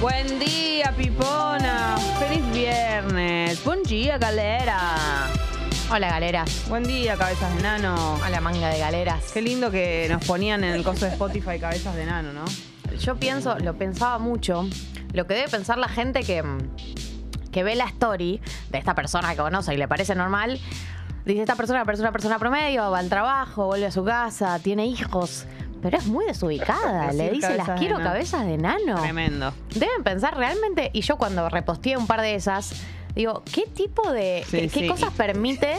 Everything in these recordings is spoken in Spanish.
Buen día, Pipona. Feliz viernes. Buen día, galera. Hola, galeras. Buen día, cabezas de nano. Hola, manga de galeras. Qué lindo que nos ponían en el coso de Spotify cabezas de nano, ¿no? Yo pienso, lo pensaba mucho, lo que debe pensar la gente que, mm, que ve la story de esta persona que conoce y le parece normal. Dice, esta persona parece una persona promedio, va al trabajo, vuelve a su casa, tiene hijos. Pero es muy desubicada. Decir Le dice, cabezas las de quiero nano". cabezas de nano. Tremendo. Deben pensar realmente, y yo cuando reposteé un par de esas, digo, ¿qué tipo de. Sí, qué, qué sí. cosas permite,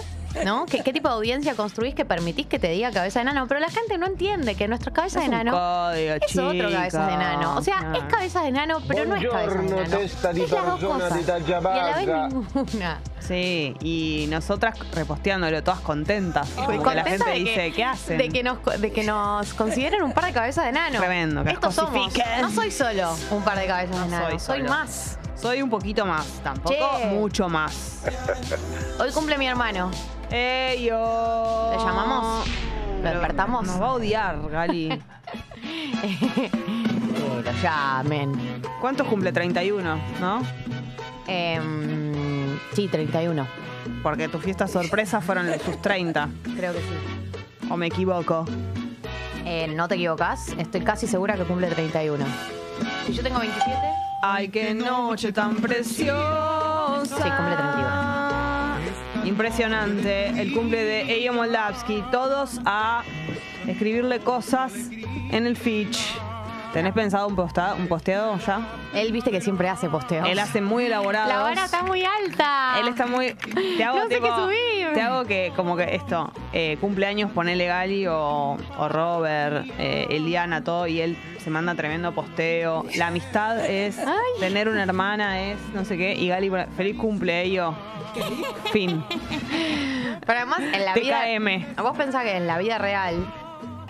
¿no? ¿Qué, qué tipo de audiencia construís que permitís que te diga cabeza de enano? Pero la gente no entiende que nuestra cabeza de Es un enano. código, Ah, Es otro cabeza de enano. O sea, chicos. es cabeza de enano, pero no es cabeza de Buongiorno, enano. testa di es las dos persona cosas. Y a di la vez Tallabazza. ninguna. Sí, y nosotras reposteándolo, todas contentas. porque la Contenta gente de que- dice, ¿qué hacen? De que, nos, de que nos consideren un par de cabezas de enano. Tremendo, que nos Estos somos. cosifiquen. No soy solo un par de cabezas de No enano. soy Soy solo. más. Soy un poquito más, tampoco Che. mucho más. Hoy cumple mi hermano. Ey, yo. ¿Le llamamos? ¿Lo despertamos? Nos va a odiar, Gali. Que lo llamen. ¿Cuántos cumple? 31, ¿no? Em, sí, 31. Porque tus fiestas sorpresas fueron tus 30. Creo que sí. ¿O me equivoco? Eh, no te equivocas, estoy casi segura que cumple 31. ¿Y yo tengo 27? Ay, qué noche tan preciosa. Sí, cumple 31. Impresionante. El cumple de Eyo Moldavsky. Todos a escribirle cosas en el Fitch. ¿Tenés pensado un, posta- un posteado ya? Él viste que siempre hace posteos. Él hace muy elaborados. La vara está muy alta. Él está muy. Te hago No sé tipo- qué subir. Te hago que, como que esto, eh, cumpleaños, ponele Gali o, o Robert, eh, Eliana, todo, y él se manda tremendo posteo. La amistad es. Ay. Tener una hermana es no sé qué, y Gali, pone, feliz cumple, y yo. Fin. Pero además en la TKM. vida. Vos pensás que en la vida real.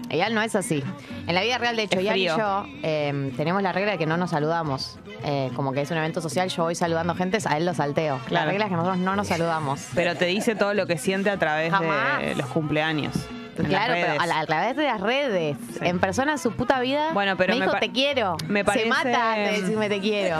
Eyal no es así. En la vida real, de hecho, Es Eyal y frío. yo eh, tenemos la regla de que no nos saludamos. Eh, como que es un evento social, yo voy saludando gentes, a él lo salteo. La Claro. regla es que nosotros no nos saludamos. Pero te dice todo lo que siente a través Jamás. de los cumpleaños. en las Claro, redes. pero a, la- a través de las redes. Sí. En persona, en su puta vida. Bueno, pero me me dijo pa- te quiero. me parece- Se mata antes de decirme te quiero.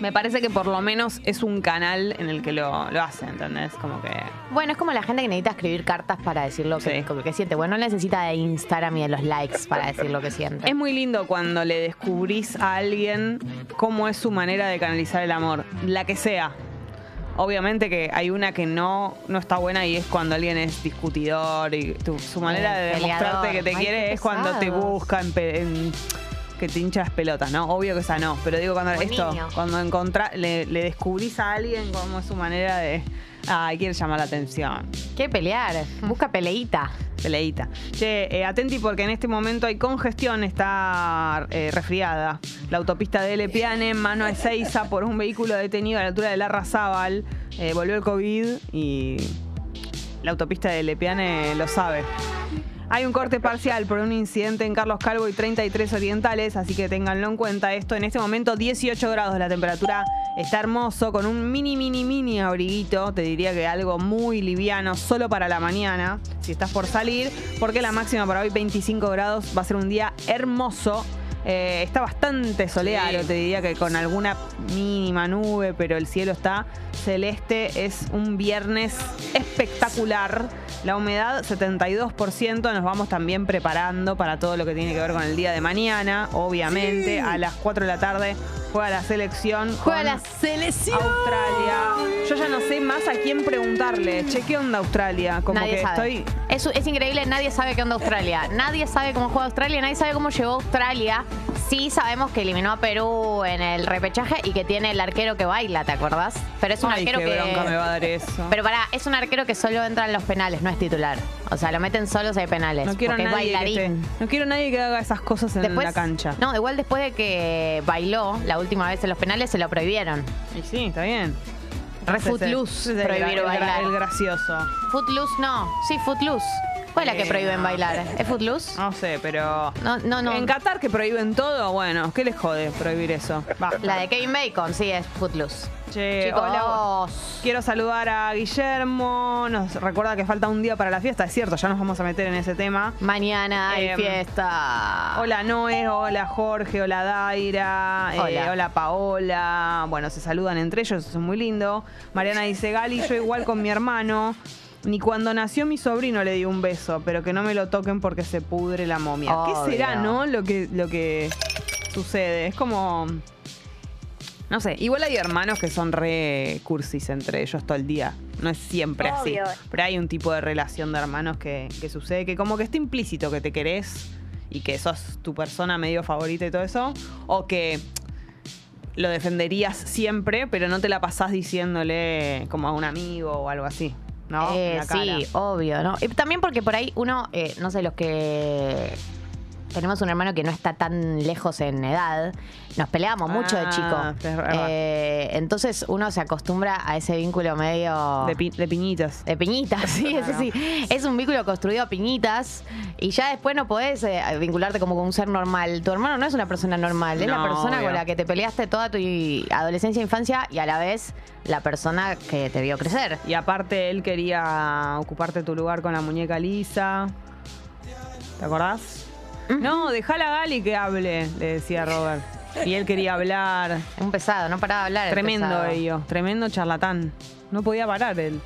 Me parece que por lo menos es un canal en el que lo, lo hace, ¿entendés? Como que. Bueno, es como la gente que necesita escribir cartas para decir lo que, Sí. lo que siente. Bueno, no necesita de Instagram y de los likes para decir lo que siente. Es muy lindo cuando le descubrís a alguien cómo es su manera de canalizar el amor, la que sea. Obviamente que hay una que no, no está buena y es cuando alguien es discutidor y tu- su manera Eh, de demostrarte peleador. que te Ay, qué quiere es cuando te pesados. busca en pe- en- que te hincha las pelotas, ¿no? Obvio que esa no, pero digo cuando O esto, niño. cuando encontra, le, le descubrís a alguien cómo es su manera de, ay, quiere llamar la atención. ¿Qué pelear? Busca peleita. Peleita. Che, eh, atenti porque en este momento hay congestión, está eh, resfriada. La autopista de Lepiane, mano de Seiza, por un vehículo detenido a la altura de Larra Zaval. Eh, volvió el COVID y la autopista de Lepiane lo sabe. Hay un corte parcial por un incidente en Carlos Calvo y 33 Orientales, así que ténganlo en cuenta esto. En este momento 18 grados la temperatura. Está hermoso, con un mini, mini, mini abriguito. Te diría que algo muy liviano, solo para la mañana, si estás por salir, porque la máxima para hoy 25 grados. Va a ser un día hermoso. Eh, está bastante soleado, te diría que con alguna mínima nube, pero el cielo está celeste. Es un viernes espectacular. La humedad 72%. Nos vamos también preparando para todo lo que tiene que ver con el día de mañana, obviamente. A las 4 de la tarde juega la selección. Juega con la selección. Australia. Yo ya no sé más a quién preguntarle. Che, ¿qué onda Australia? Como nadie que sabe. estoy. Es, es increíble, nadie sabe qué onda Australia. Nadie sabe cómo juega Australia, nadie sabe cómo llegó Australia. Sí sabemos que eliminó a Perú en el repechaje y que tiene el arquero que baila, ¿te acordás? Pero es un Ay, arquero qué que. bronca me va a dar eso. Pero pará, es un arquero que solo entra en los penales, no es titular. O sea, lo meten solo si hay penales. no quiero, porque es nadie que bailarín. esté- no quiero nadie que haga esas cosas en Después- la cancha. No, igual después de que bailó la última vez en los penales, se lo prohibieron. Y sí, está bien. Re Ese es el- Footloose, ese es el gra- prohibir el gra- bailar. El gracioso. Footloose no, sí, Footloose. ¿Cuál es la Eh, que prohíben no. bailar? ¿Es Footloose? No sé, pero. No, no, no. En Qatar que prohíben todo, bueno, ¿qué les jode prohibir eso? Va. La de Kevin Bacon, sí, es Footloose. noche. Chicos, Hola, oh, Quiero saludar a Guillermo. Nos recuerda que falta un día para la fiesta. Es cierto, ya nos vamos a meter en ese tema. mañana hay Em, fiesta. Hola Noé, hola Jorge, hola Daira, eh, hola. Hola. Paola. Bueno, se saludan entre ellos, eso es muy lindo. Mariana dice, Gali, yo igual con mi hermano. Ni cuando nació mi sobrino le di un beso, pero que no me lo toquen porque se pudre la momia. ¿Qué Obvio. será, no? Lo que, lo que sucede. Es como. No sé, igual hay hermanos que son re cursis entre ellos todo el día. No es siempre Obvio. así. Pero hay un tipo de relación de hermanos que, que sucede que como que está implícito que te querés y que sos tu persona medio favorita y todo eso. O que lo defenderías siempre, pero no te la pasás diciéndole como a un amigo o algo así. ¿No? En Eh, la cara. sí, obvio, ¿no? Y también porque por ahí uno, eh, no sé, los que tenemos un hermano que no está tan lejos en edad, nos peleábamos mucho de Ah, chico. es verdad. Eh, entonces uno se acostumbra a ese vínculo medio... De, pi- de piñitas. De piñitas, sí, Claro. eso sí. Es un vínculo construido a piñitas y ya después no podés eh, vincularte como con un ser normal. Tu hermano no es una persona normal, es la No, persona obvio. con la que te peleaste toda tu adolescencia e infancia y a la vez la persona que te vio crecer. Y aparte él quería ocuparte tu lugar con la muñeca lisa. ¿Te acordás? No, dejala a Gali que hable, le decía Robert. Y él quería hablar. Un pesado, no paraba de hablar. el Tremendo pesado. ello, tremendo charlatán. No podía parar él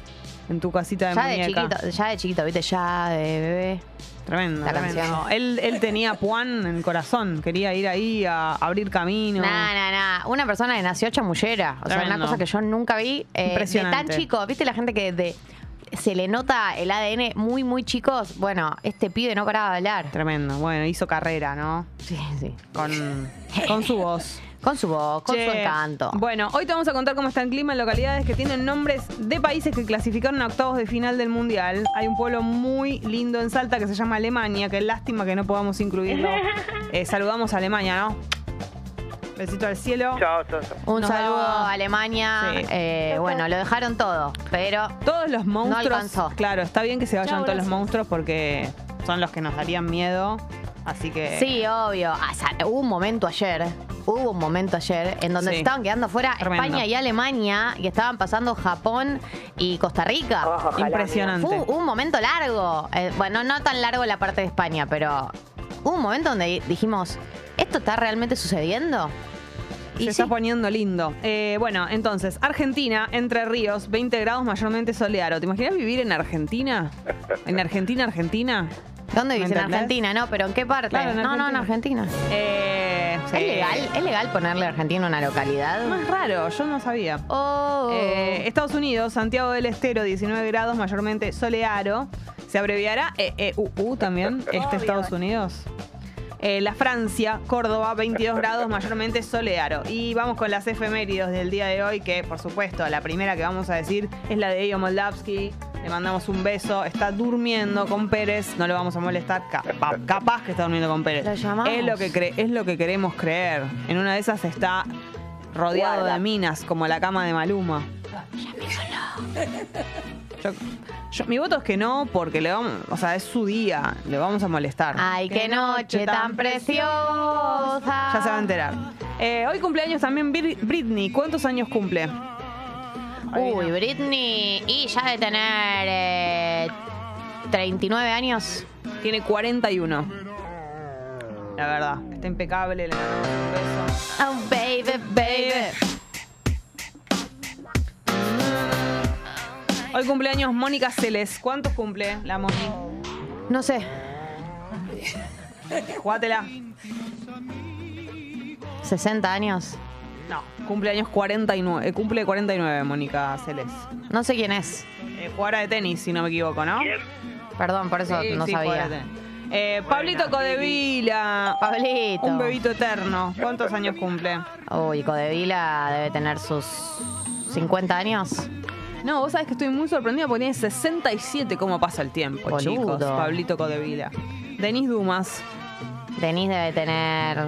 en tu casita de Ya de, muñeca. chiquito, ya de chiquito, viste, ya de bebé. Tremendo, La tremendo. canción. Él, él tenía Puan en el corazón, quería ir ahí a abrir camino. Nah, nah, nah. Una persona que nació chamullera. O sea, Tremendo. una cosa que yo nunca vi. eh, Impresionante. De tan chico. ¿Viste la gente que de- se le nota el ADN muy, muy chicos? Bueno, este pibe no paraba de hablar. Tremendo, bueno, hizo carrera, ¿no? Sí, sí. Con, con su voz. Con su voz, con su Che, encanto. Bueno, hoy te vamos a contar cómo está el clima en localidades que tienen nombres de países que clasificaron a octavos de final del Mundial. Hay un pueblo muy lindo en Salta que se llama Alemania, que lástima que no podamos incluirlo. Eh, saludamos a Alemania, ¿no? Besito al cielo. Chao, chao, chao. Un nos saludo daba- a Alemania. Sí. Eh, bueno, lo dejaron todo, pero Todos los monstruos. alcanzó. claro, está bien que se vayan Chau, todos los gracias. monstruos porque son los que nos darían miedo. Así que. Sí, obvio. O sea, hubo un momento ayer, hubo un momento ayer en donde Sí. se estaban quedando fuera Tremendo. España y Alemania y estaban pasando Japón y Costa Rica. Ojalá, impresionante. Fue un momento largo. Eh, bueno, no tan largo la parte de España, pero hubo un momento donde dijimos, ¿esto está realmente sucediendo? Se está poniendo lindo. Eh, bueno, entonces, Argentina, Entre Ríos, 20 grados mayormente soleado. ¿Te imaginas vivir en Argentina? ¿En Argentina, Argentina? ¿Me ¿Dónde vives? En entendés? Argentina, ¿no? ¿Pero en qué parte? Claro, en no, no, en Argentina. Eh, sí. ¿Es, legal, ¿Es legal ponerle a Argentina una localidad? No es raro, yo no sabía. Oh. Eh, Estados Unidos, Santiago del Estero, 19 grados, mayormente soleado. Se abreviará E EU también, este Obvio. Estados Unidos. Eh, la Francia, Córdoba, 22 grados, mayormente soleado. Y vamos con las efemérides del día de hoy, que por supuesto la primera que vamos a decir es la de Elio Moldavsky. Le mandamos un beso, está durmiendo con Pérez, no lo vamos a molestar, capaz, capaz que está durmiendo con Pérez. Lo llamamos. Es lo que cre- es lo que queremos creer. En una de esas está rodeado Guarda. de minas, como la cama de Maluma. Yo, yo- mi voto es que no, porque le vamos, o sea, es su día, le vamos a molestar. Ay, qué noche tan preciosa. Ya se va a enterar. Eh, hoy cumpleaños también Bir- Britney. ¿Cuántos años cumple? Uy, Britney. Y ya de tener eh, 39 años. Tiene 41. La verdad, está impecable. Le mandamos un beso. Oh, baby, baby. Hoy cumpleaños Mónica Celes. ¿Cuántos cumple la Moni? No sé. Jugátela. 60 años. No, cumpleaños 49. eh, Cumple 49, Mónica Celes. No sé quién es. Eh, jugadora de tenis, si no me equivoco, ¿no? Perdón, por eso Sí, no sí, jugadora de sabía. tenis. Eh, Pablito Codevila. Pablito. Un bebito eterno. ¿Cuántos años cumple? Uy, Codevila debe tener sus 50 años. No, vos sabés que estoy muy sorprendida porque tiene 67. ¿Cómo pasa el tiempo, Boludo. chicos? Pablito Codevila. Denis Dumas. Denise debe tener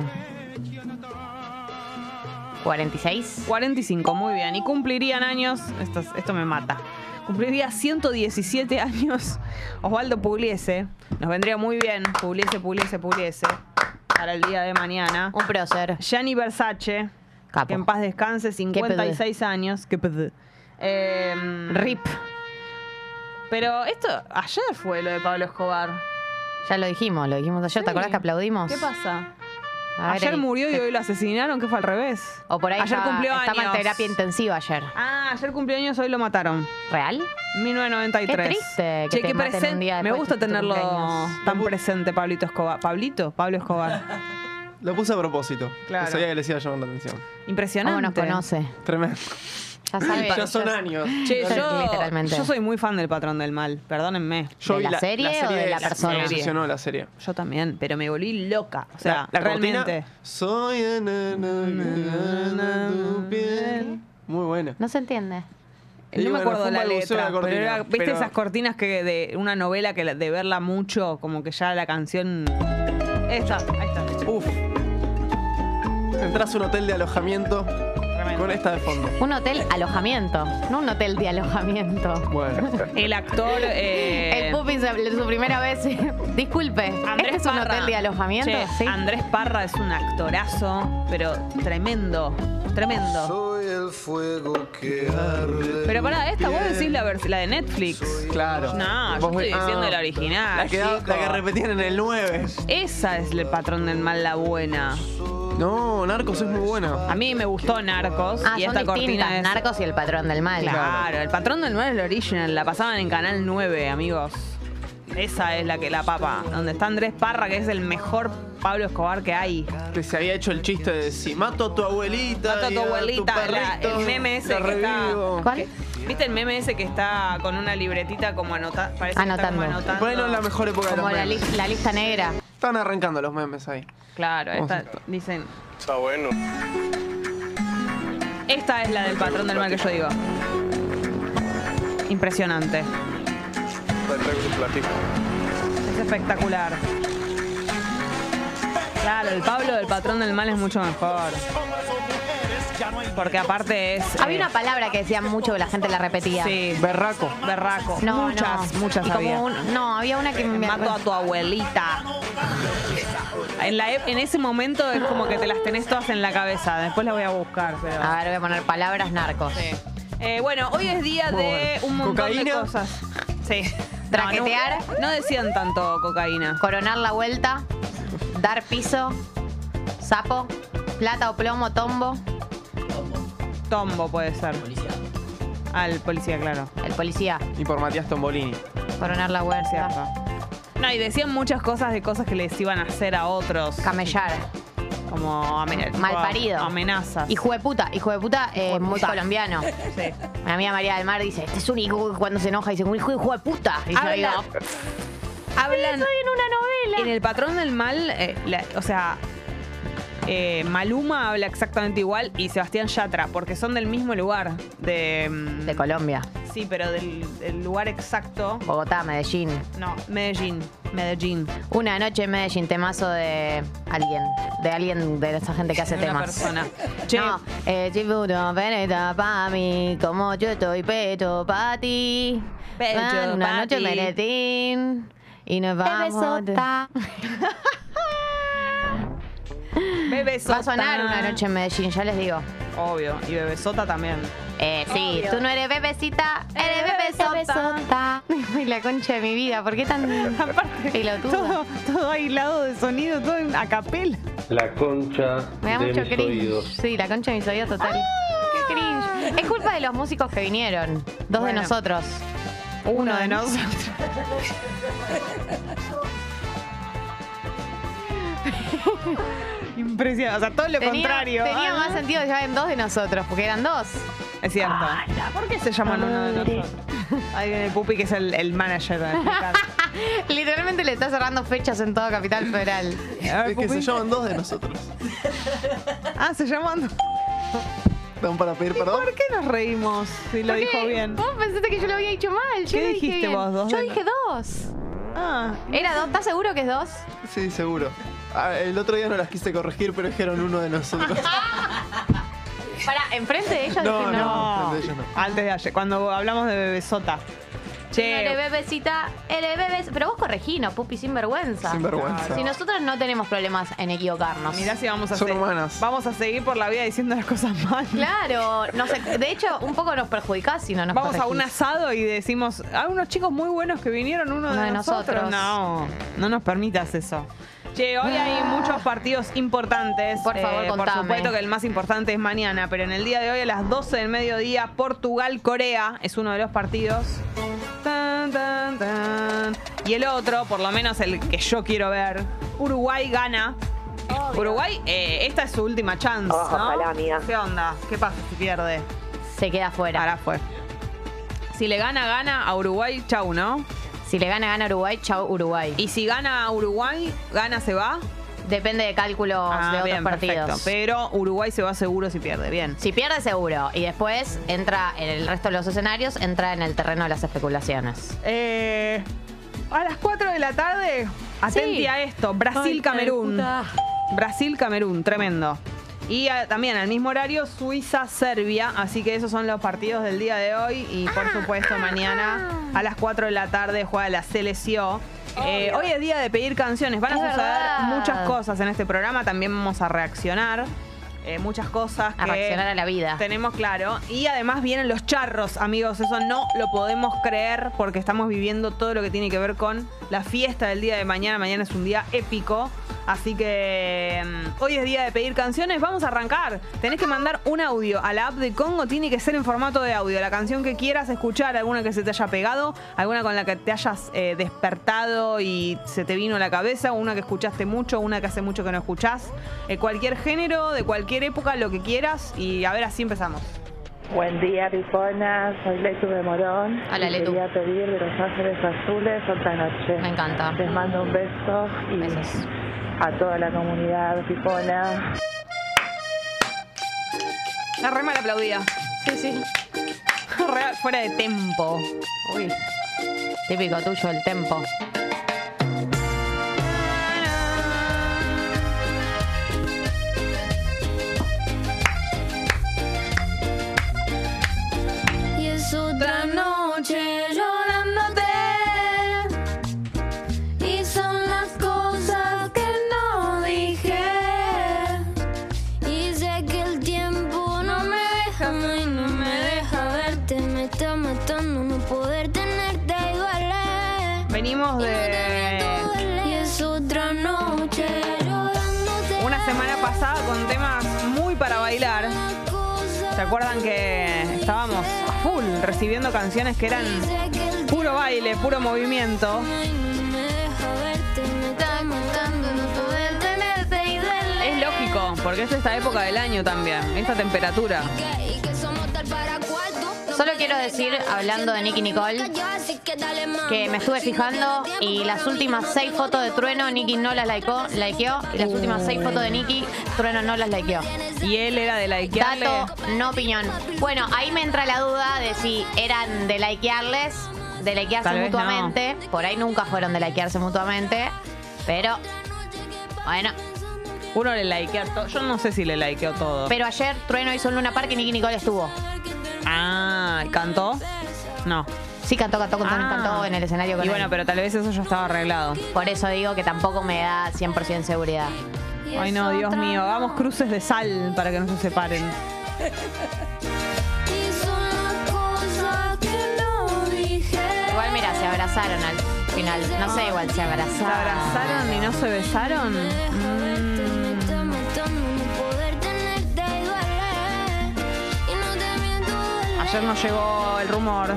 46. 45, muy bien. Y cumplirían años. Esto, esto me mata. Cumpliría 117 años Osvaldo Pugliese. Nos vendría muy bien Pugliese, Pugliese, Pugliese. Para el día de mañana. Un prócer. Gianni Versace. Capo. Que en paz descanse, 56 años. Qué pedo. Em, Rip. Pero esto, ayer fue lo de Pablo Escobar. Ya lo dijimos, lo dijimos ayer. Sí. ¿Te acordás que aplaudimos? ¿Qué pasa? A ver, ayer ahí. murió y hoy lo asesinaron, que fue al revés. O por ahí Ayer estaba, cumplió estaba en años. terapia intensiva ayer. Ah, ayer cumplió años, hoy lo mataron. ¿Real? 1993. Qué triste que Che, te qué maten un presente. día Me después gusta de tu tenerlo cumpleaños. tan presente, Pablito Escobar. ¿Pablito? Pablo Escobar. Lo puse a propósito. Claro. Sabía que les iba a llamar la atención. Impresionante. ¿Cómo nos conoce? Tremendo. Ya sabe. ya son años. Che, Sí, yo, literalmente. yo soy muy fan del patrón del mal, perdónenme. Yo ¿De vi la serie o de la persona? Me obsesionó la serie. Yo también, pero me volví loca. O sea, la, la cortina, realmente. Soy enana de tu piel. Muy buena. No se entiende. Y no me bueno, acuerdo fue un la balbuceo letra, de cortina, pero era- viste pero- esas cortinas que de una novela que la- de verla mucho, como que ya la canción. Esta, ahí está. Uf. Entras a un hotel de alojamiento con Tremendo. esta de fondo. Un hotel alojamiento, no un hotel de alojamiento. Bueno. El actor. eh, El Pupi, se- su primera vez. Disculpe, Andrés ¿este es un Parra. hotel de alojamiento? Che, sí. Andrés Parra es un actorazo, pero tremendo. Tremendo. Soy el fuego que arde. Pero pará, esta vos decís la, vers- la de Netflix. Claro. No, yo Vos estoy ve- diciendo ah, la original. La que, da- la que chico. repetían en el 9. Esa es el patrón del mal, la buena. No, Narcos es muy A buena. mí me gustó Narcos. Ah, y son esta cortina distintas. es. Narcos y el patrón del mal. Claro, el patrón del 9 es el original, la pasaban en Canal 9, amigos. Esa es la que la papa, donde está Andrés Parra, que es el mejor Pablo Escobar que hay. Que se había hecho el chiste de si mato a tu abuelita. Mato a tu y abuelita, la- perrito, el meme ese lo que está- revivo. ¿Cuál? ¿Viste el meme ese que está con una libretita como anota, parece que está como Anotando. anotando? Bueno, la mejor época de Como los la, memes. lis- la lista negra. Están arrancando los memes ahí. Claro, esta, dicen. Está bueno. Esta es la del patrón del mal que yo digo. Impresionante. Te traigo un platito. Es espectacular. Claro, el Pablo del patrón del mal es mucho mejor. Porque aparte es. Había eh, una palabra que decían mucho que la gente la repetía. Sí, Berraco. berraco. No, muchas, no. muchas Y como había. un- no, había una que me Eh, Mato a tu abuelita. En, la e- en ese momento es como que te las tenés todas en la cabeza. Después las voy a buscar. pero- A ver, voy a poner palabras narcos. Eh, bueno, hoy es día Muy de bueno. un montón de ¿Cocaína? cosas. Sí. Traquetear. No, no- no decían tanto cocaína. Coronar la vuelta, dar piso, sapo, plata o plomo, tombo. Tombo puede ser. Al policía, claro. El policía, Y por Matías Tombolini. coronar la Cierto. huerta, No, y decían muchas cosas de cosas que les iban a hacer a otros. camellar. Como amen- Malparido. tipo, Amenazas. Hijo de puta, hijo de puta, eh, Hijo de muy puta. colombiano. Sí. Mi amiga María del Mar dice, este es un hijo cuando se enoja, dice, un hijo, hijo de puta. Y yo Habla- digo, Hablan. estoy en una En novela. el patrón del mal, eh, la- o sea. eh, Maluma habla exactamente igual y Sebastián Yatra, porque son del mismo lugar. De, mm, De Colombia, Sí, pero del, del lugar exacto. Bogotá, Medellín. No, Medellín. Medellín. Una noche en Medellín, temazo de alguien, de alguien de esa gente que hace De una temas. persona. Che, No, eh, chibuno, veneta pa' mí, como yo estoy peto pa' ti. Pecho Ah, una pa' noche en ti. Medellín y nos vamos. de- Va Bebesota. a sonar una noche en Medellín, ya les digo. Obvio. Y Bebesota también. Eh, sí, Obvio. tú no eres bebecita, eres Eres bebesota. Ay, la concha de mi vida, ¿por qué tan Aparte, pelotuda? todo, todo aislado de sonido, todo en- a capela. La concha Me da de mucho mis cringe. oídos. Sí, la concha de mis oídos total. Ah. ¡Qué cringe! Es culpa de los músicos que vinieron. Dos de Bueno. nosotros. Uno de nosotros. Impresionante. O sea, todo lo Tenía- contrario. Tenía Ah, más ¿no? sentido que llevaran dos de nosotros, porque eran dos. Es cierto. ¿Por qué se llaman uno de nosotros? Ahí viene el Pupi, que es el, el manager. de la Literalmente le está cerrando fechas en todo Capital Federal. A ver, Es que se Pupi. llaman dos de nosotros. Ah, se llaman. ¿Están para pedir perdón? ¿Por qué nos reímos si lo Porque dijo bien? Vos pensaste que yo lo había dicho mal. Yo ¿Qué lo dije dijiste bien. vos, dos Yo de- dije dos. Ah, ¿Era dos? ¿Estás seguro que es dos? Sí, seguro. Ah, el otro día no las quise corregir, pero dijeron uno de nosotros. Para, enfrente de ellos No, dije no. no. no. Ah. de ellos no. Antes de ayer, cuando hablamos de Bebesota. Che, Uno le ve besita, eh, le ve bes- Pero vos correginos, pupi, sin vergüenza. Sin vergüenza. Si nosotros no tenemos problemas en equivocarnos. mirá si vamos a Son se- humanas. Vamos a seguir por la vida diciendo las cosas mal. Claro, no sé, de hecho, un poco nos perjudicás si no nos Vamos a un corregís. asado y decimos, hay unos chicos muy buenos que vinieron, uno, de, nosotros. No, no nos permitas eso. Che, hoy hay muchos partidos importantes. Ah. eh, Por favor, Por contame. supuesto que el más importante es mañana, pero en el día de hoy a las 12 del mediodía, Portugal-Corea es uno de los partidos. Tan, tan, tan. Y el otro, por lo menos el que yo quiero ver, Uruguay gana. Uruguay, eh, esta es su última chance, Oh, ¿no? ojalá, amiga. ¿Qué onda? ¿Qué pasa si pierde? Se queda fuera. Ahora fue. Si le gana, gana a Uruguay, chau, ¿no? Si le gana, gana Uruguay, chau Uruguay. Y si gana a Uruguay, gana, se va. Depende de cálculos de otros Ah, bien, partidos. perfecto. Pero Uruguay se va seguro si pierde, bien. Si pierde, seguro. Y después entra en el resto de los escenarios, entra en el terreno de las especulaciones. Eh, a las 4 de la tarde, atenti Sí. a esto. Brasil-Camerún. Brasil-Camerún, tremendo. Y ah, también al mismo horario, Suiza-Serbia. Así que esos son los partidos del día de hoy. Y por Ah, supuesto, mañana a las 4 de la tarde juega la selección. Eh, hoy es día de pedir canciones. Van a Es suceder verdad. muchas cosas en este programa. También vamos a reaccionar. eh, muchas cosas que A reaccionar a la vida. tenemos claro. Y además vienen los charros, amigos. Eso no lo podemos creer porque estamos viviendo todo lo que tiene que ver con la fiesta del día de mañana. Mañana es un día épico. Así que mm, hoy es día de pedir canciones. Vamos a arrancar. Tenés que mandar un audio a la app de Congo. Tiene que ser en formato de audio. La canción que quieras escuchar, alguna que se te haya pegado, alguna con la que te hayas eh, despertado y se te vino a la cabeza, una que escuchaste mucho, una que hace mucho que no escuchás. Eh, cualquier género, de cualquier época, lo que quieras. Y a ver, así empezamos. Buen día, Pipona. Soy Letu de Morón. Hola, Y Letu. Quería pedir de los ángeles azules otra noche. Me encanta. Les mando un beso y Besos. a toda la comunidad Pipona. La re mal aplaudida. Sí, sí. Re fuera de tempo. Uy. Típico tuyo el tempo. Y es otra noche llorándote. Y son las cosas que no dije. Y sé que el tiempo no me deja, y no me deja verte. Me está matando no poder tenerte y duele. Venimos de Y es otra noche llorándote. una semana pasada con temas muy para bailar. ¿Se acuerdan que estábamos a full recibiendo canciones que eran puro baile, puro movimiento? Es lógico, porque es esta época del año también, esta temperatura. Solo quiero decir, hablando de Nicky Nicole, Que me estuve fijando y las últimas seis fotos de Trueno, Nicky no las likeó, likeó. Y las últimas seis fotos de Nicky, Trueno no las likeó. Y él era de likearle. Dato, no opinión. Bueno, ahí me entra la duda de si eran de likearles, de Tal likearse vez mutuamente. Por ahí nunca fueron de likearse mutuamente. Pero, bueno. Uno le likea todo. Yo no sé si le likeó todo. Pero ayer Trueno hizo un Luna Park y Nicky Nicole estuvo. Ah, ¿cantó? No. Sí, cantó, cantó, cantó, Ah. cantó en el escenario con Y él. bueno, pero tal vez eso ya estaba arreglado. Por eso digo que tampoco me da 100% seguridad. Ay no, Dios mío, hagamos cruces de sal para que no se separen. Igual, mira, se abrazaron al final. No sé, igual se abrazaron. ¿Se abrazaron y no se besaron? Mm. Mm. Ayer nos llegó el rumor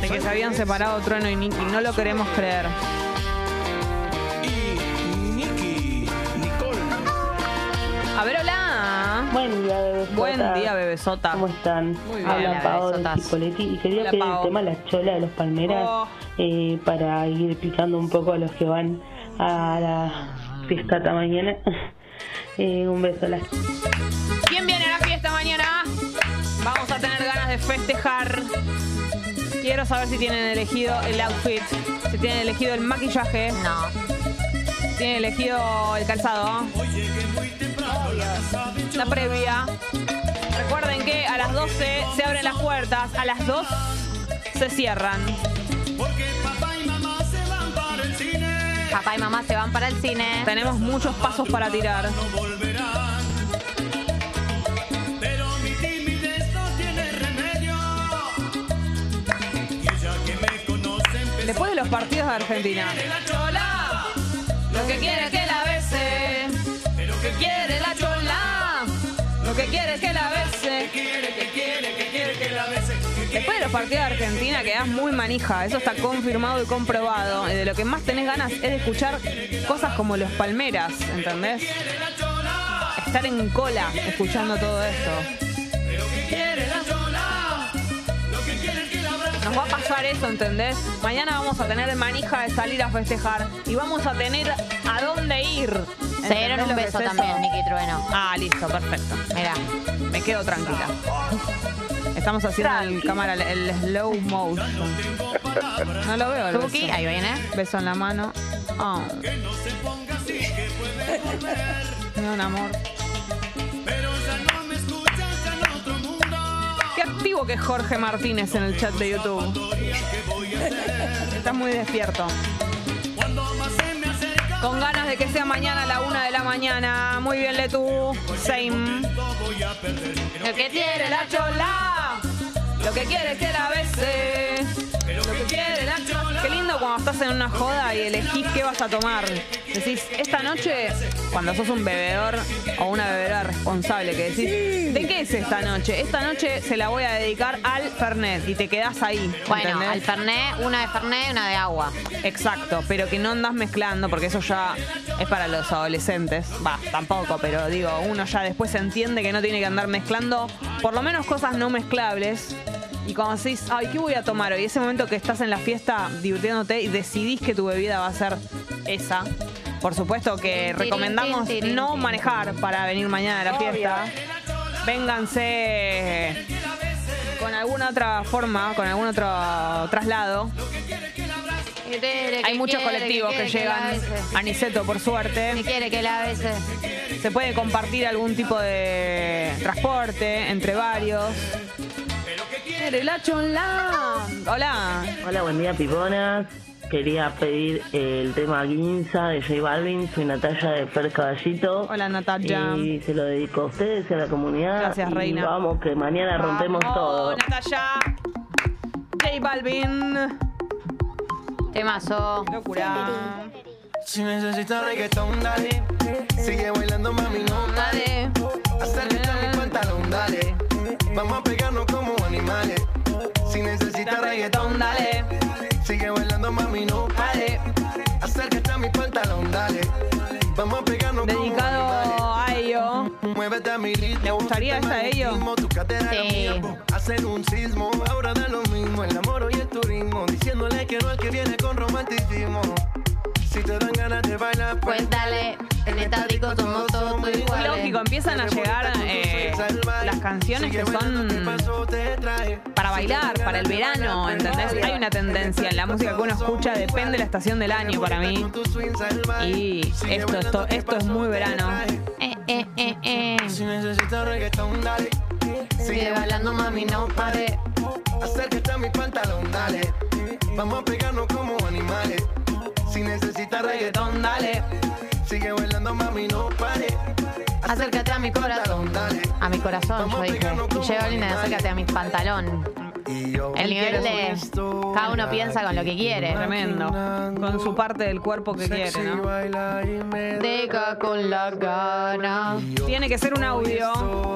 de que se habían separado Trueno y Nicky. No lo queremos creer. A ver, hola. Buen día, bebesotas. Buen día, bebesota. ¿Cómo están? Muy bien, Habla Pao de bebesotas. Picoletti y Hola, quería pedir Pao. el tema Las Cholas de los Palmeras Oh. eh, para ir picando un poco a los que van a la fiesta hasta mañana. Eh, un beso a las ¿Quién viene a la fiesta mañana? Vamos a tener ganas de festejar. Quiero saber si tienen elegido el outfit, si tienen elegido el maquillaje, No. si tienen elegido el calzado. La previa. Recuerden que a las 12 se abren las puertas. A las 2 se se cierran. Papá y mamá se van para el cine. Tenemos muchos pasos para tirar. Después de los partidos de Argentina. Chola, lo que quiere es que la bese. Lo que quiere la chola. Lo que quiere es que la bese. Después de los partidos de Argentina quedás muy manija, eso está confirmado y comprobado. Y de lo que más tenés ganas es de escuchar cosas como los palmeras, ¿entendés? Estar en cola escuchando todo esto. Nos va a pasar eso, ¿entendés? Mañana vamos a tener manija de salir a festejar y vamos a tener a dónde ir. Se dieron ¿Entendés lo un que beso es eso? también, Nicky Trueno. Ah, listo, perfecto. Mira, Me quedo tranquila. Estamos haciendo el cámara, el slow motion. No lo veo, el Tuki, beso. ahí viene. Beso en la mano. Oh. Me da un amor. Qué activo que es Jorge Martínez en el chat de YouTube. Está muy despierto. Con ganas de que sea mañana a la una de la mañana. Muy bien, Letu. Same. Lo que quiere la chola. Lo que quiere es que la bese. Lo que quiere la chola. Qué lindo cuando estás en una joda y elegís qué vas a tomar. Decís, esta noche, cuando sos un bebedor o una bebedora responsable, que decís, ¿de qué es esta noche? Esta noche se la voy a dedicar al Fernet y te quedás ahí. Bueno, ¿entendés? al Fernet, una de Fernet y una de agua. Exacto, pero que no andas mezclando, porque eso ya es para los adolescentes. Va, tampoco, pero digo, uno ya después entiende que no tiene que andar mezclando, por lo menos cosas no mezclables. Y cuando decís, ay, ¿qué voy a tomar hoy? Ese momento que estás en la fiesta divirtiéndote y decidís que tu bebida va a ser esa. Por supuesto que Tin, tirin, recomendamos tin, tirin, no tin. manejar para venir mañana a la fiesta. Vénganse con alguna otra forma, con algún otro traslado. Hay muchos colectivos que llegan a Niceto, por ¿Qué suerte. quiere que la bese? Se puede compartir algún tipo de transporte entre varios. Quiere la chola. Hola. Hola, buen día, piponas. Quería pedir el tema Guinza de J Balvin. Soy Natalia de Fer Caballito. Hola, Natalia. Y se lo dedico a ustedes y a la comunidad. Gracias, Y reina. Vamos, que mañana rompemos Vamos, todo. Natalia. J Balvin. Temazo. Locura. Si necesitas reggaetón, dale. Sigue bailando, mami, no dale. Dale. Acércate a mi pantalón, dale. Vamos a pegarnos como animales. Si necesitas reggaetón, dale. Sigue bailando, mami, no Dale. Acércate a mi pantalón, dale. Vamos a pegarnos como Dedicado a ello. animales. Muévete a mi ritmo. ¿Le gustaría este esa de ellos? magnetismo, Tu cadera Sí. la mía, Hacer un sismo. Ahora da lo mismo. El amor y el turismo. Diciéndole que no al que viene con romanticismo. Si te dan ganas de bailar, pues Cuéntale, en esta disco somos todos muy iguales. Lógico, empiezan a llegar eh, las canciones que son para bailar, para el verano, pues, ¿entendés? Hay una tendencia en la música que uno escucha, depende de la estación del año para mí. Y esto, esto, esto es muy verano. Eh, eh, eh, eh. Si necesitas reggaetón, dale. Sigue bailando, eh. mami, no pare. Acércate a mi pantalón, dale. Vamos a pegarnos como animales. Si necesitas reggaetón, dale. Sigue bailando, mami, no pare. Acércate a mi corazón. dale. A mi corazón, yo dije. Y J Balvin, de acércate a mis pantalón. Y yo El nivel de. Cada uno piensa con lo que quiere. Tremendo. Con su parte del cuerpo que quiere, ¿no? baila y me Deca con la gana. Tiene que ser un audio.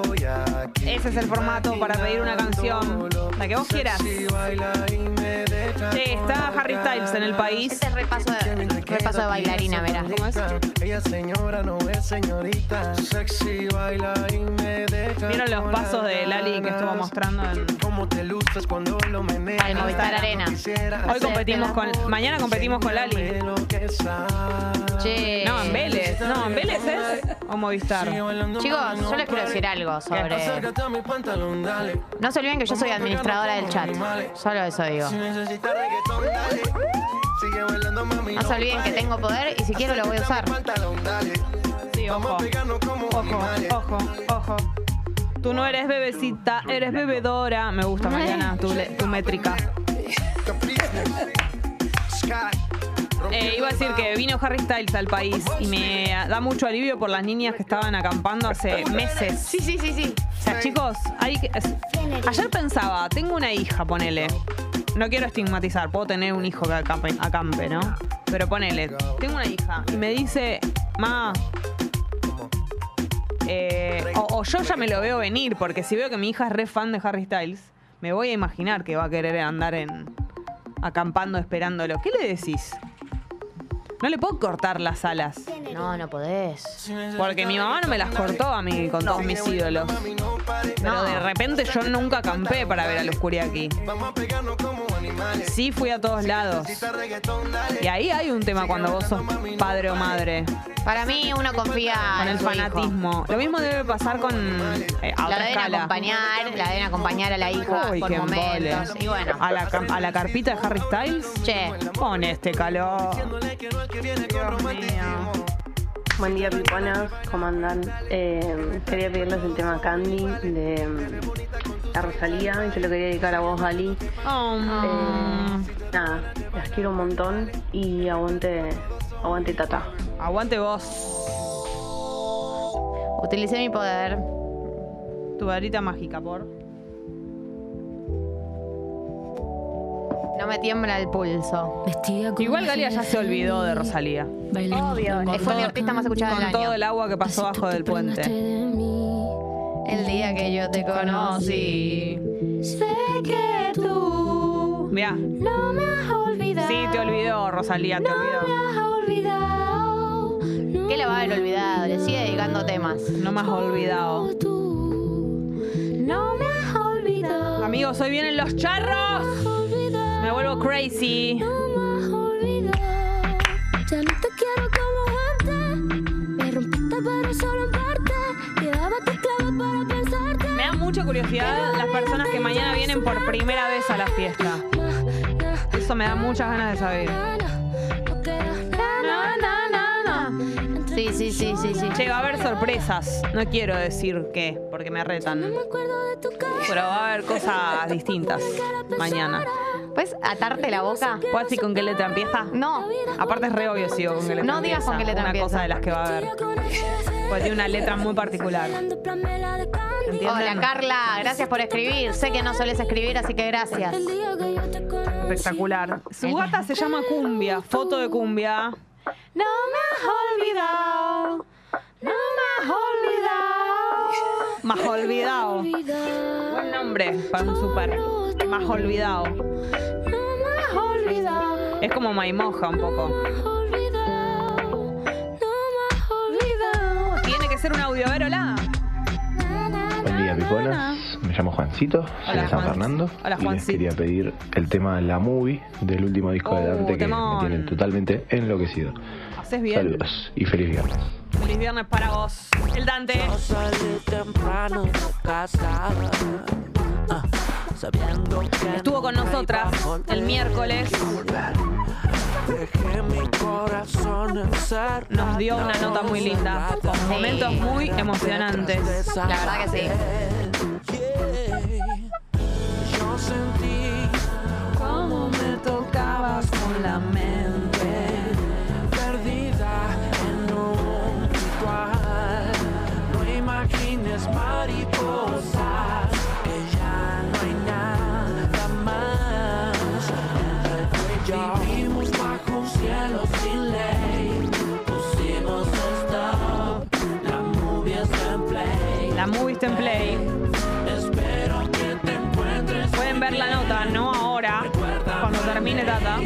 doy aquí. Ese es el formato para pedir una canción. La que vos quieras. Y Che, baila y me deja. está Harry Styles en el país. Este es repaso de, repaso de bailarina, verás. ¿Cómo es? Ella es señora no es señorita. Sexy baila y me deja. Vieron los con pasos las de Lali que estuvo ganas. mostrando en Cómo te luces cuando lo meneas. Al Movistar Arena. Hoy competimos con. Mañana competimos con Lali. Che. No, en Vélez. No, en Vélez es. O Movistar. Chicos, yo les quiero decir algo sobre. Yo No se olviden que yo soy administradora del chat. Solo eso digo. No se olviden que tengo poder y si quiero lo voy a usar. Sí, ojo. Ojo, ojo, ojo. Tú no eres bebecita, eres bebedora. Me gusta, Mariana, tu, le- tu métrica. Eh, iba a decir que vino Harry Styles al país y me da mucho alivio por las niñas que estaban acampando hace meses. Sí, sí, sí, sí. O sea, chicos, hay que- es- ayer pensaba, tengo una hija, ponele. No quiero estigmatizar, puedo tener un hijo que acampe, acampe, ¿no? Pero ponele, tengo una hija y me dice, ma. eh, o, o yo ya me lo veo venir, porque si veo que mi hija es re fan de Harry Styles, me voy a imaginar que va a querer andar en acampando esperándolo. ¿Qué le decís? No le puedo cortar las alas, No, no podés. porque mi mamá no me las cortó a mí con todos mis ídolos. Pero No. de repente yo nunca acampé para ver a los Kuriaki. Sí fui a todos lados. Y ahí hay un tema cuando vos sos padre o madre, Para mí uno confía con en el su hijo. fanatismo. Lo mismo debe pasar con eh, a La otra deben escala. acompañar, la deben acompañar a la hija Uy, por qué embole. momentos. Y bueno, a la, cam- a la carpita de Harry Styles. che, Con este calor. Dios mío. Buen día, Piponas. ¿Cómo andan? Eh, quería pedirles el tema Candy de mm, la Rosalía. y Te lo quería dedicar a vos, Ali. Oh, Eh, mm. nada, las quiero un montón y aguante, aguante Tata. Aguante vos. utilicé mi poder. Tu varita mágica, por. No me tiembla el pulso. Igual Galia ya se olvidó de Rosalía. Obvio, Eh, fue mi artista más escuchada del Con año. todo el agua que pasó bajo del puente. El día que yo te conocí. Sé que tú Mirá. no me has olvidado. Sí, te olvidó, Rosalía, te olvidó. has olvidado. No ¿Qué le va a haber olvidado? Le sigue dedicando temas. No me has olvidado. tú no me has olvidado. Amigos, hoy vienen los charros. olvidado. Me vuelvo crazy. No me has olvidado. Ya no te quiero como antes. Me rompiste, pero solo en parte. Llevaba tu clavo para pensarte. Me da mucha curiosidad las personas que mañana vienen por primera vez a la fiesta. Eso me da muchas ganas de saber. Sí, sí, sí, sí, sí. Che, va a haber sorpresas. No quiero decir qué, porque me retan. Pero va a haber cosas distintas mañana. ¿Puedes atarte la boca? ¿Puedo decir con qué letra empieza? No. Aparte es re obvio si digo con qué letra No digas empieza. con qué letra Una empieza. cosa de las que va a haber. Porque Pues tiene una letra muy particular. ¿Entienden? Hola Carla, gracias por escribir. Sé que no sueles escribir, así que gracias. Espectacular. Su gata se llama Cumbia. Foto de Cumbia. No me has olvidado. No me has olvidado. Más olvidado. Buen nombre para un super. Más olvidado. Es como Maimoja un poco. Tiene que ser un audio, Verola. Buen día, Piponas. Me llamo Juancito, soy Hola, de San Juan. Fernando. Hola, y les Juancito. quería pedir el tema La Movie del último disco de Oh, Dante que temón. me tiene totalmente enloquecido. Haces bien. Saludos y feliz viernes. Feliz viernes para vos. El Dante. Estuvo con nosotras el miércoles. Nos dio una nota muy linda. Con momentos muy emocionantes. La verdad que sí. Como me tocabas con la mente. La movie está en play. Pueden ver la nota, no ahora, cuando termine Tata.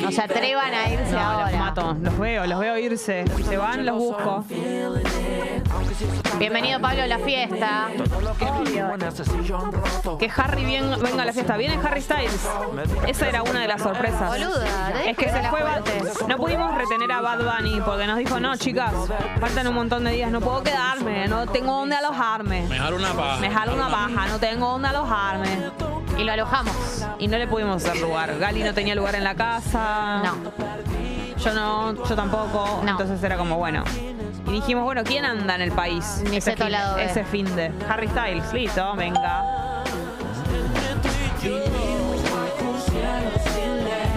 No se atrevan a irse No, los ahora. mato, los veo, los veo irse. Si se van, los busco. Bienvenido Pablo a la fiesta. Que Harry bien, venga a la fiesta. Viene Harry Styles. Esa era una de las sorpresas. Boluda, te Es que dije se la fue Bad- fuente. No pudimos retener a Bad Bunny porque nos dijo, no, chicas, faltan un montón de días, no puedo quedarme, no tengo dónde alojarme. Mejor una paja. Me jalo una baja, no tengo dónde alojarme. Y lo alojamos. Y no le pudimos hacer lugar. Gali no tenía lugar en la casa. No. Yo no, yo tampoco. No. Entonces era como, bueno. Y dijimos, bueno, ¿quién anda en el país? Ni ese Seto fin, lado B. ese fin de. Harry Styles, listo, venga.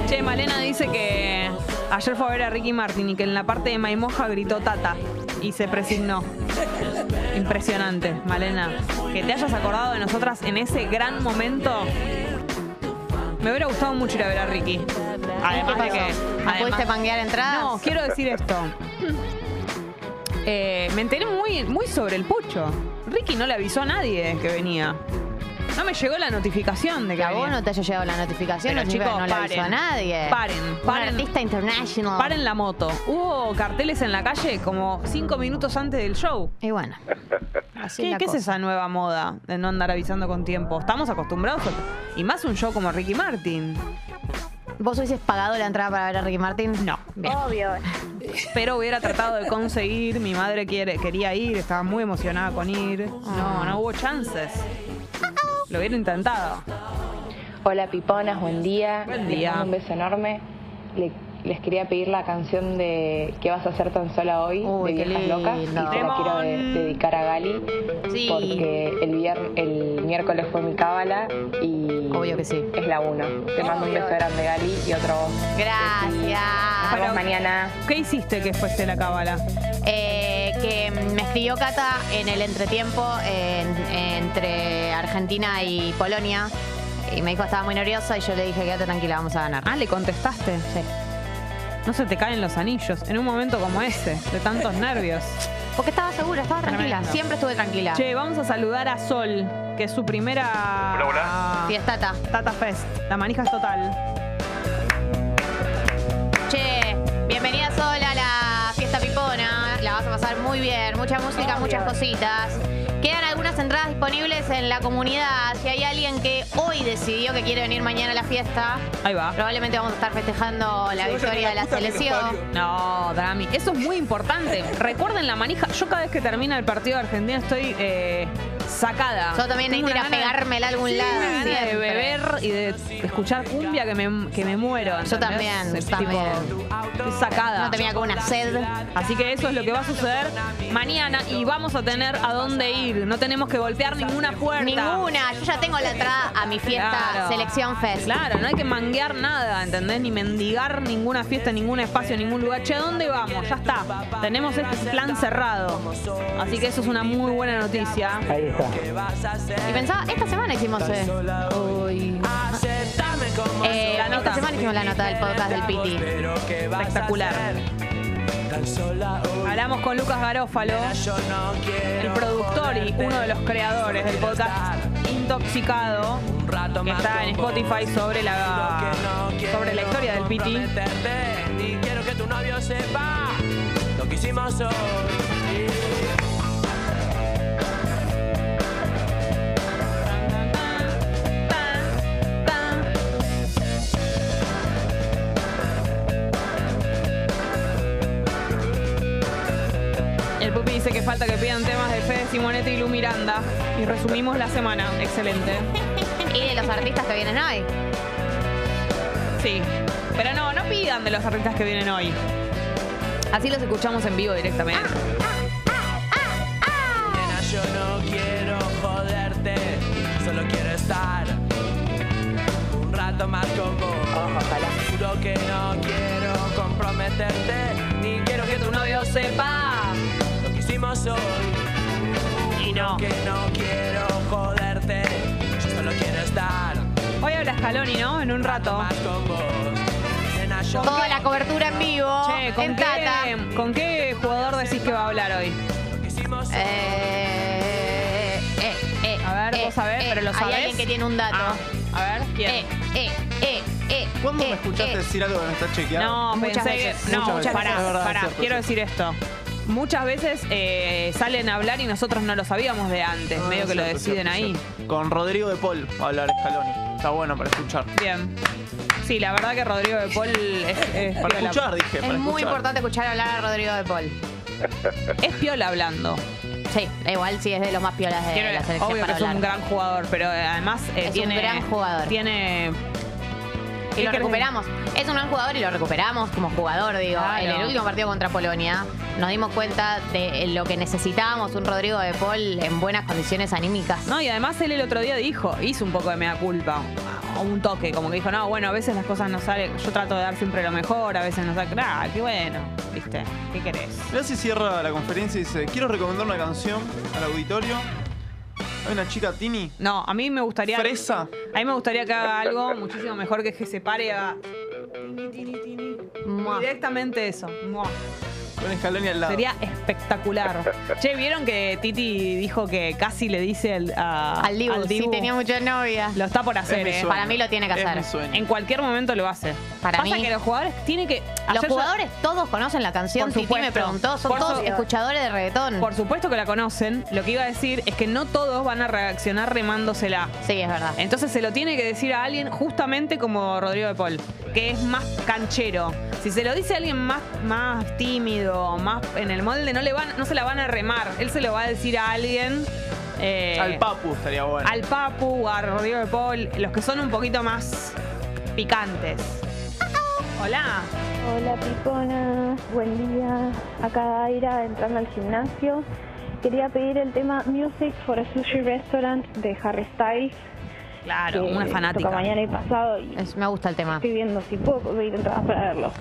Che, Malena dice que ayer fue a ver a Ricky Martin y que en la parte de Maimoja gritó Tata y se presignó. Impresionante, Malena. Que te hayas acordado de nosotras en ese gran momento. Me hubiera gustado mucho ir a ver a Ricky. Además de que. ¿No pudiste además- panguear entradas? No, quiero decir esto. Eh, me enteré muy, muy sobre el pucho. Ricky no le avisó a nadie que venía. No me llegó la notificación de que que a vos venía. no te haya llegado la notificación, Pero, no significa que chicos, no le avisó a paren. nadie. Paren, paren. Un artista international. Paren la moto. Hubo carteles en la calle como cinco minutos antes del show. Y bueno. Así ¿Qué, la qué es cosa. esa nueva moda de no andar avisando con tiempo? Estamos acostumbrados. a- Y más un show como Ricky Martin. ¿Vos hubieses pagado la entrada para ver a Ricky Martin? No. Bien. Obvio. Pero hubiera tratado de conseguir. Mi madre quiere, quería ir, estaba muy emocionada con ir. No, no hubo chances. Lo hubiera intentado. Hola Piponas, buen día. Buen Les día. mando un beso enorme. Le- les quería pedir la canción de ¿Qué vas a hacer tan sola hoy? Uy, de qué Viejas Locas. Y lindo. se la quiero de- dedicar a Gali. Sí. Porque el, vier- el miércoles fue mi cábala y Obvio que sí. es la uno. Te mando un beso grande, Gali, y otro a vos. Gracias. Nos Pero- vemos mañana. ¿Qué hiciste que fuese la cábala? Eh, que me escribió Cata en el entretiempo en- entre Argentina y Polonia. Y me dijo que estaba muy nerviosa y yo le dije, quédate tranquila, vamos a ganar. Ah, le contestaste. Sí. No se te caen los anillos en un momento como ese, de tantos nervios. Porque estaba segura, estaba tranquila. Tremendo. Siempre estuve tranquila. Che, vamos a saludar a Sol, que es su primera. Hola, hola. Sí, es Tata. Tata Fest. La manija es total. Che, bienvenida sola a la fiesta pipona. La vas a pasar muy bien. Mucha música, muchas cositas. Quedan algunas entradas disponibles en la comunidad. Si hay alguien que hoy decidió que quiere venir mañana a la fiesta, Ahí va. probablemente vamos a estar festejando la victoria de la selección. No, Drami. Eso es muy importante. Recuerden la manija. Yo cada vez que termina el partido de Argentina estoy eh, sacada. Yo también Tengo necesito ir a una gana- pegármela a algún Sí, lado. una gana de siempre. beber y de escuchar cumbia que me, que me muero. Yo ¿entendés? también, Es también. estoy sacada. No tenía como una sed. Así que eso es lo que va a suceder mañana y vamos a tener a dónde ir. No tenemos que golpear ninguna puerta. Ninguna. Yo ya tengo la entrada a mi fiesta Claro. Selección Fest. Claro, no hay que manguear nada, ¿entendés? Ni mendigar ninguna fiesta, ningún espacio, ningún lugar. Che, ¿a ¿dónde vamos? Ya está. Tenemos este plan cerrado. Así que eso es una muy buena noticia. Ahí está. Y pensaba, esta semana hicimos. eh, eh, La nota. Esta semana hicimos la nota del podcast del Piti. Espectacular. Hablamos con Lucas Garófalo, el productor y uno de los creadores del podcast Intoxicado, que está en Spotify sobre la, sobre la historia del Piti. El Pupi dice que falta que pidan temas de Fede Simonetti y Lu Miranda. Y resumimos la semana. Excelente. Y de los artistas que vienen hoy. Sí. Pero no, no pidan de los artistas que vienen hoy. Así los escuchamos en vivo directamente. yo no quiero joderte, solo quiero estar un rato más con vos. Juro que no quiero comprometerte, ni quiero que tu novio sepa lo que hicimos hoy. Y no. Que no quiero joderte, yo solo quiero estar Hoy habla Scaloni, ¿no? En un rato. más con vos. Nena, yo Toda la cobertura en vivo. Che, ¿con en Tata. qué, ¿con qué jugador decís que va a hablar hoy? Eh, eh, eh, A ver, eh, vos sabés, eh, pero lo sabés. Hay alguien que tiene un dato. Ah, a ver, ¿quién? eh, eh, eh, eh, ¿Cuándo eh, me escuchaste eh. decir algo que no está chequeado? No, Muchas pensé veces. que. No, Muchas veces. pará, Es verdad, es pará. cierto, Quiero es decir esto. Muchas veces eh, salen a hablar y nosotros no lo sabíamos de antes. No, medio es que lo Ah, cierto, es deciden cierto, ahí. es cierto. Con Rodrigo de Paul va a hablar Scaloni. Está bueno para escuchar. Bien. Sí, la verdad que Rodrigo de Paul es, es Para piola. escuchar, dije. Es para muy escuchar. importante escuchar hablar a Rodrigo de Paul. Es piola hablando. Sí, igual sí es de los más piolas de Quiero- Eh, la selección obvio que para es un hablar. gran jugador, pero eh, además eh, Es un tiene. gran jugador. Tiene. Y ¿Qué lo querés? recuperamos. Es un gran jugador y lo recuperamos como jugador, digo. Claro. En el último partido contra Polonia nos dimos cuenta de eh, lo que necesitábamos un Rodrigo de Paul en buenas condiciones anímicas. No, y además él el otro día dijo, hizo un poco de mea culpa. un toque, como que dijo, no, bueno, a veces las cosas no salen, yo trato de dar siempre lo mejor, a veces no sale, ah, qué bueno, viste, ¿qué querés? Mirá si cierra la conferencia y dice, quiero recomendar una canción al auditorio. Hay una chica, Tini. No, a mí me gustaría... Fresa. A mí me gustaría que haga algo muchísimo mejor que que se pare y haga tini, tini, tini. Directamente eso. Mua. Con escalón y al lado. Sería espectacular. che, ¿vieron que Titi dijo que casi le dice al, a- Al Dibu, sí tenía muchas novias. Lo está por Es hacer, mi ¿eh? sueño. Para mí lo tiene que Es hacer. mi sueño. En cualquier momento lo hace. Para Pasa mí. que los jugadores tienen que. Los hacer su- jugadores todos conocen la canción. Por Titi me supuesto. preguntó, son Por todos su- escuchadores de reggaetón. Por supuesto que la conocen. Lo que iba a decir es que no todos van a reaccionar remándosela. Sí, es verdad. Entonces se lo tiene que decir a alguien justamente como Rodrigo de Paul, que es más canchero. Si se lo dice a alguien más, más tímido, más en el molde, no, le van, no se la van a remar. Él se lo va a decir a alguien. eh, Al Papu estaría bueno. Al Papu, a Rodrigo de Paul, los que son un poquito más picantes. Hola. Hola Picona, buen día. Acá Aira entrando al gimnasio. Quería pedir el tema Music for a Sushi Restaurant de Harry Styles. Claro, que una fanática. Toca mañana y pasado y me gusta el tema. estoy viendo si puedo conseguir entradas para verlo.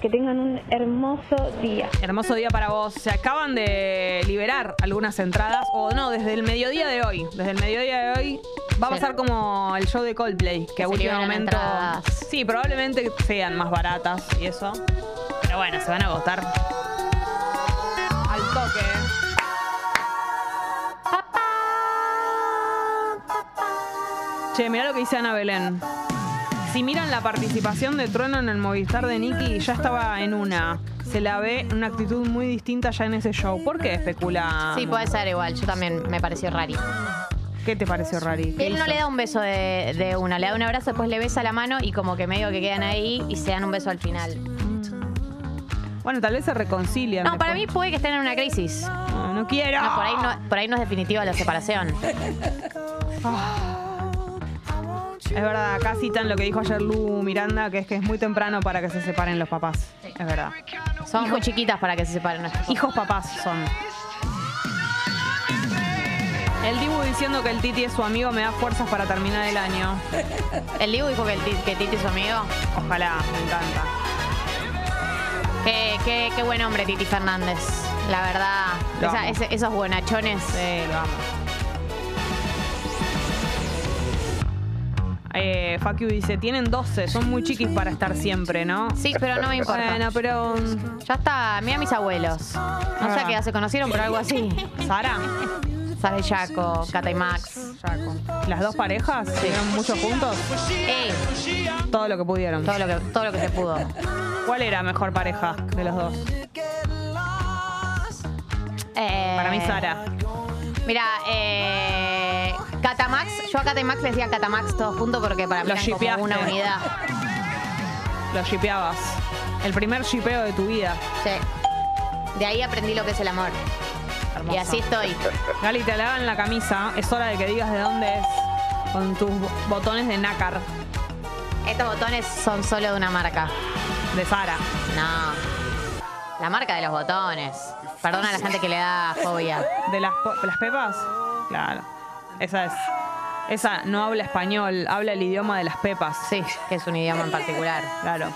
Que tengan un hermoso día. Hermoso día para vos. Se acaban de liberar algunas entradas, o no, desde el mediodía de hoy. Desde el mediodía de hoy va a Sí. pasar como el show de Coldplay, que, Que a se último liberan momento. entradas. Sí, probablemente sean más baratas y eso. Pero bueno, se van a agotar. Al toque. Che, mirá lo que dice Ana Belén. Si miran la participación de Trueno en el Movistar de Nicky, ya estaba en una. Se la ve en una actitud muy distinta ya en ese show. ¿Por qué especula? Sí, pues, puede ser igual. Yo también me pareció rari. ¿Qué te pareció Rari? ¿Qué Él no hizo? le da un beso de, de una, le da un abrazo, después le besa la mano y como que medio que quedan ahí y se dan un beso al final. Bueno, tal vez se reconcilian. No, para mí puede que estén en una crisis. No, no quiero. No, por, ahí no, por ahí no es definitiva la separación. Es verdad, acá citan lo que dijo ayer Lu Miranda, que es que es muy temprano para que se separen los papás. Es verdad. Son muy chiquitas para que se separen. Hijos papás son. El Dibu diciendo que el Titi es su amigo me da fuerzas para terminar el año. El Dibu dijo que, el Ti- que Titi es su amigo. Ojalá, me encanta. Qué, qué- qué buen hombre Titi Fernández. La verdad, Lo Esa- amo. ese- esos buenachones. Sí, lo amo. Eh, Facu dice, tienen 12, son muy chiquis para estar siempre, ¿no? Sí, pero no me importa. Bueno, pero... um, Ya está, mira mis abuelos. No sé a qué edad se conocieron, pero algo así. ¿Sara? Sara y Jaco, Cata y Max. Jaco. ¿Las dos parejas? ¿Estuvieron mucho juntos? Todo lo que pudieron. Todo lo que, todo lo que se pudo. ¿Cuál era mejor pareja de los dos? Para Eh. mí, Sara. Mira, eh, Catamax, yo a Catamax les decía Catamax todos juntos porque para mí Lo eran como shippeaste. una unidad. Lo shipeabas. El primer shipeo de tu vida. Sí. De ahí aprendí lo que es el amor. Hermoso. Y así estoy. Gali, te lavan la camisa. Es hora de que digas de dónde es. Con tus bo- botones de nácar. Estos botones son solo de una marca. De Sara. No. La marca de los botones. Perdona a la gente que le da fobia. ¿De las, po- las pepas? Claro. Esa es. Esa no habla español, habla el idioma de las pepas. Sí, que es un idioma en particular. Claro.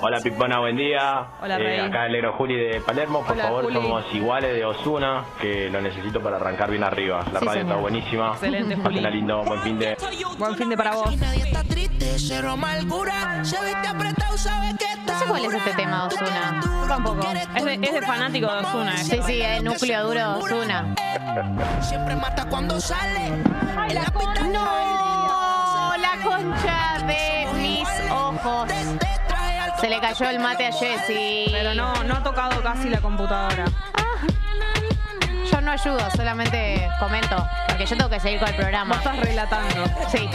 Hola Pipona, buen día. Hola, Eh, Rey. acá el negro Juli de Palermo. Por Hola, favor, Juli. somos iguales de Osuna, que lo necesito para arrancar bien arriba. La Sí, radio señor. está buenísima. Excelente, Juli. Pásenla lindo, buen fin de. Buen fin de para vos. No sé cuál es este tema, Osuna. Tampoco. Es de, es de fanático de Osuna. Sí, sí, es núcleo duro de Osuna. Siempre mata cuando sale. ¡No! La concha de mis ojos. Se le cayó el mate a Jessy. Pero no, no ha tocado casi la computadora. Yo no ayudo, solamente comento. Porque yo tengo que seguir con el Vos programa. estás relatando. Sí.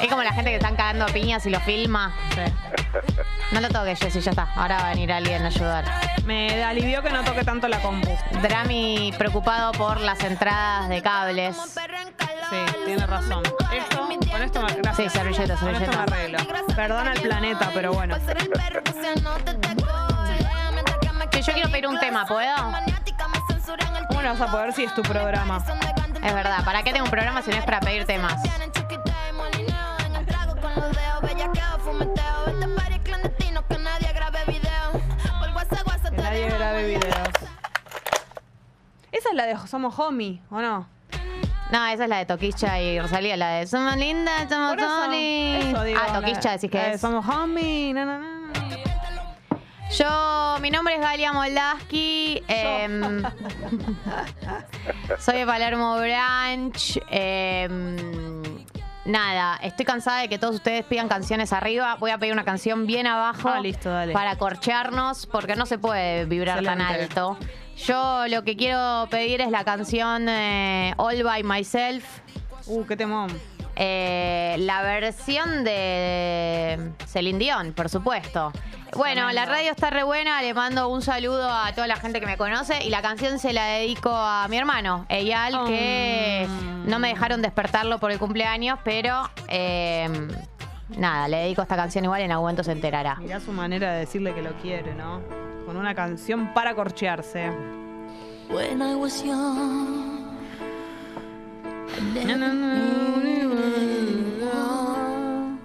Es como la gente que están cagando a piñas y lo filma. No lo toques, Jessy, ya está. Ahora va a venir alguien a ayudar. Me alivió que no toque tanto la compu. Drami preocupado por las entradas de cables. Sí, tiene razón. Esto, con esto me gracias. Sí, servilleta, Con esto me servilleta. arreglo. Perdona al planeta, pero bueno. Che, yo quiero pedir un tema, ¿puedo? ¿Cómo lo vas a poder si es tu programa? Es verdad, ¿para qué tengo un programa si no es para pedir temas? Que nadie grabe videos. Esa es la de Somos Homie, ¿o no? No, esa es la de Toquicha y Rosalía, la de Somos linda, somos Por eso, Tony. eso digo, Ah, Toquicha, la- decís que la de es. Somos Homie, na, na, na. Yo, mi nombre es Galia Moldaski. em, soy de Palermo Branch. em, nada, estoy cansada de que todos ustedes pidan canciones arriba. Voy a pedir una canción bien abajo. Para corchearnos, porque no se puede vibrar tan Excelente. alto. Yo lo que quiero pedir es la canción eh, All by Myself. Uh, qué temón. Eh, la versión de Celine Dion, por supuesto. Bueno, la radio está re buena, le mando un saludo a toda la gente que me conoce y la canción se la dedico a mi hermano, Eyal, que no me dejaron despertarlo por el cumpleaños, pero eh, nada, le dedico esta canción igual, en algún momento se enterará. Mirá su manera de decirle que lo quiere, ¿no? Con una canción para corchearse. When I was young, I never knew it all.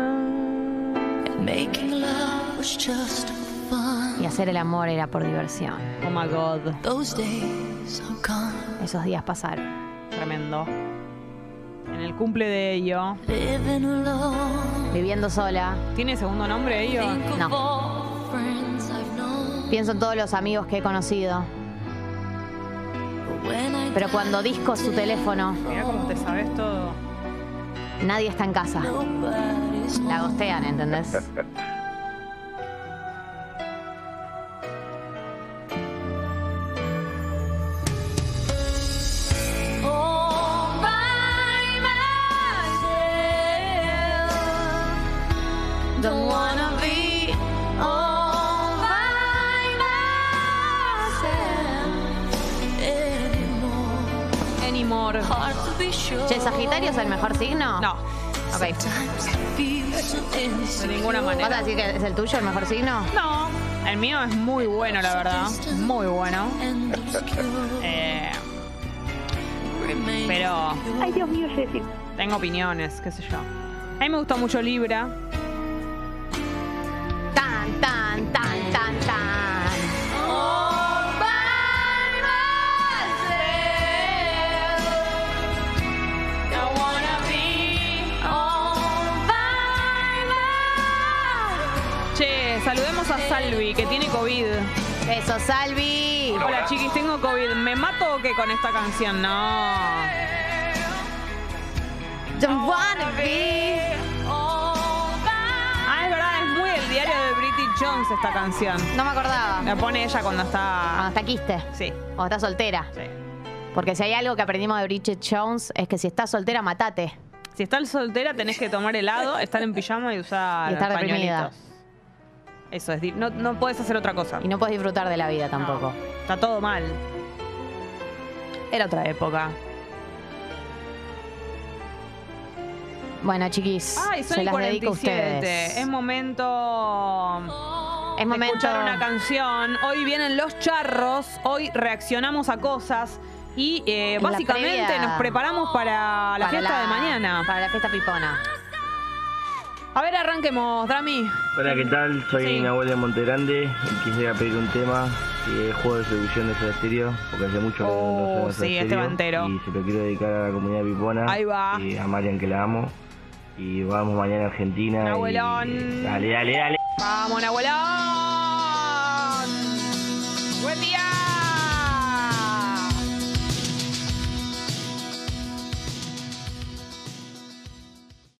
And making love was just fun. Y hacer el amor era por diversión. Oh my god. Those days are gone. Esos días pasaron. Tremendo. En el cumple de ello. Living alone. Viviendo sola. ¿Tiene segundo nombre ello? Think of No. all friends I've known. Pienso en todos los amigos que he conocido. Pero cuando disco su teléfono, Mirá cómo te sabes todo. nadie está en casa. La gostean, ¿entendés? All by myself. Don't wanna be all by myself anymore. Anymore. Hard to be sure. Che, ¿Sagitario es el mejor signo? No. Ok. De ninguna manera. ¿Vas a decir que es el tuyo el mejor signo? No. El mío es muy bueno, la verdad. Muy bueno. Eh, pero. Ay, Dios mío, Jessy. Tengo opiniones, qué sé yo. A mí me gusta mucho Libra. Tan, tan, tan, tan, tan. All by myself. Don't wanna be all by myself. Che, saludemos a Salvi, que tiene COVID. Eso, Salvi. Hola, chiquis, tengo COVID. ¿Me mato o qué con esta canción? No. Don't wanna be. Ah, es verdad, es muy el diario de Britney Jones esta canción. No me acordaba. Ah, La pone ella cuando está. Cuando está quiste. Sí. este. O está soltera. Sí. Porque si hay algo que aprendimos de Bridget Jones es que si estás soltera, matate. Si estás soltera, tenés que tomar helado, estar en pijama y usar Y estar deprimida. pañuelitos. Eso es. di- No, no puedes hacer otra cosa. Y no puedes disfrutar de la vida tampoco. Está todo mal. Era otra época. Bueno, chiquis, Ay, son se el las dedico a ustedes. 47. Es momento. Es de momento- Escuchar una canción. Hoy vienen los charros. Hoy reaccionamos a cosas. Y eh, En la básicamente previa. nos preparamos para la Para fiesta la- de mañana. Para la fiesta pipona. A ver, arranquemos, Drami. Hola, ¿qué tal? Soy Nahuel de Montegrande y quisiera pedir un tema que es Juego de Seducción de Soda Stereo, porque hace mucho que no Oh, suena Soda sí, este va Stereo, entero. Y se lo quiero dedicar a la comunidad pipona. Ahí va. Y a Marian, que la amo. Y vamos mañana a Argentina. y- eh, Nahuelón. Dale, dale, dale. Vamos, Nahuelón. Buen día.